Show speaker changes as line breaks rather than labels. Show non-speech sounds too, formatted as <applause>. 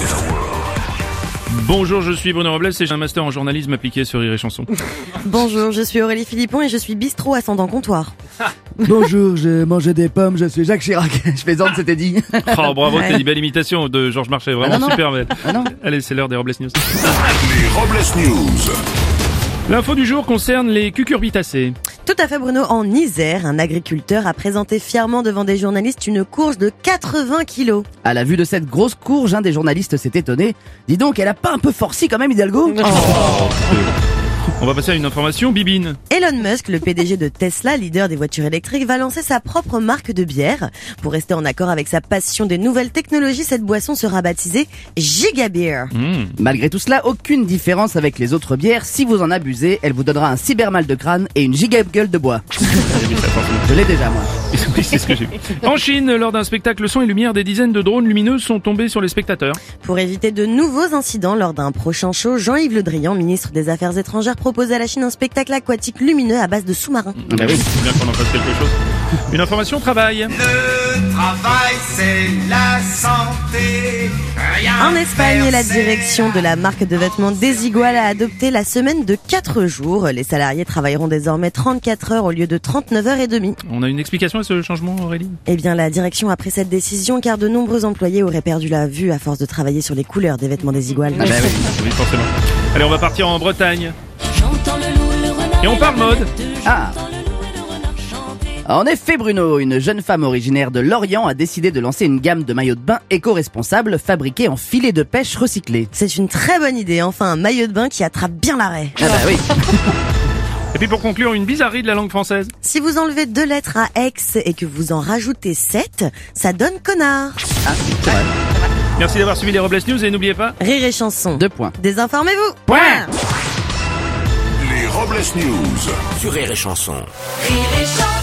in a world.
Bonjour, je suis Bruno Robles et j'ai un master en journalisme appliqué sur Rire et Chanson.
<laughs>
Bonjour, je suis Aurélie Philippon et je suis bistrot ascendant comptoir.
Bonjour, j'ai mangé des pommes, je suis Jacques Chirac. <laughs> Je plaisante, c'était dit.
Oh, bravo, t'as une belle imitation de Georges Marchais, vraiment
Ah non, non.
super belle.
Ah non.
Allez, c'est l'heure des Robles News.
Les Robles News.
L'info du jour concerne les cucurbitacées.
Tout à fait Bruno, en Isère, un agriculteur a présenté fièrement devant des journalistes une courge de 80 kilos.
<laughs> À la vue de cette grosse courge, un des journalistes s'est étonné. Dis donc, elle a pas un peu forci quand même, Hidalgo
On va passer à une information bibine.
Elon Musk, le PDG de Tesla, leader des voitures électriques, va lancer sa propre marque de bière. Pour rester en accord avec sa passion des nouvelles technologies, cette boisson sera baptisée Giga Beer.
Hmm. <laughs>
Malgré tout cela, aucune différence avec les autres bières. Si vous en abusez, elle vous donnera un cybermal de crâne et une giga gueule de <laughs> bois. Je l'ai déjà, moi.
Oui, c'est ce que j'ai vu. En Chine, lors d'un spectacle son et lumière, des dizaines de drones lumineux sont tombés sur les spectateurs.
Pour éviter de nouveaux incidents lors d'un prochain show, Jean-Yves Le Drian, ministre des Affaires étrangères, propose à la Chine un spectacle aquatique lumineux à base de sous-marins.
Ah bah oui.
C'est bien qu'on en fasse quelque chose. Une information travail.
Le travail, c'est la santé. Rien
En Espagne,
faire,
la
c'est
direction de la marque de vêtements Desigual a adopté la semaine de 4 jours. Les salariés travailleront désormais 34 heures au lieu de 39 heures et demie.
On a une explication à ce changement, Aurélie
Eh bien, la direction a pris cette décision car de nombreux employés auraient perdu la vue à force de travailler sur les couleurs des vêtements Desigual.
Ah bah oui.
Oui, forcément. Allez, on va partir en Bretagne.
J'entends le loup, le renard.
Et on parle mode.
Ah.
Ah. le loup et le renard chanter.
En effet, Bruno, une jeune femme originaire de Lorient a décidé de lancer une gamme de maillots de bain éco-responsables fabriqués en filets de pêche recyclés.
C'est une très bonne idée, enfin un maillot de bain qui attrape bien l'arrêt.
Ah bah oui.
Et puis pour conclure, une bizarrerie de la langue française.
Si vous enlevez deux lettres à ex et que vous en rajoutez sept, ça donne connard.
Ah,
Merci d'avoir suivi les Robles News et n'oubliez pas,
Rire et chanson.
Deux points.
Désinformez-vous.
Les Robles News.
Sur Rire et Chanson.
Rire et chanter.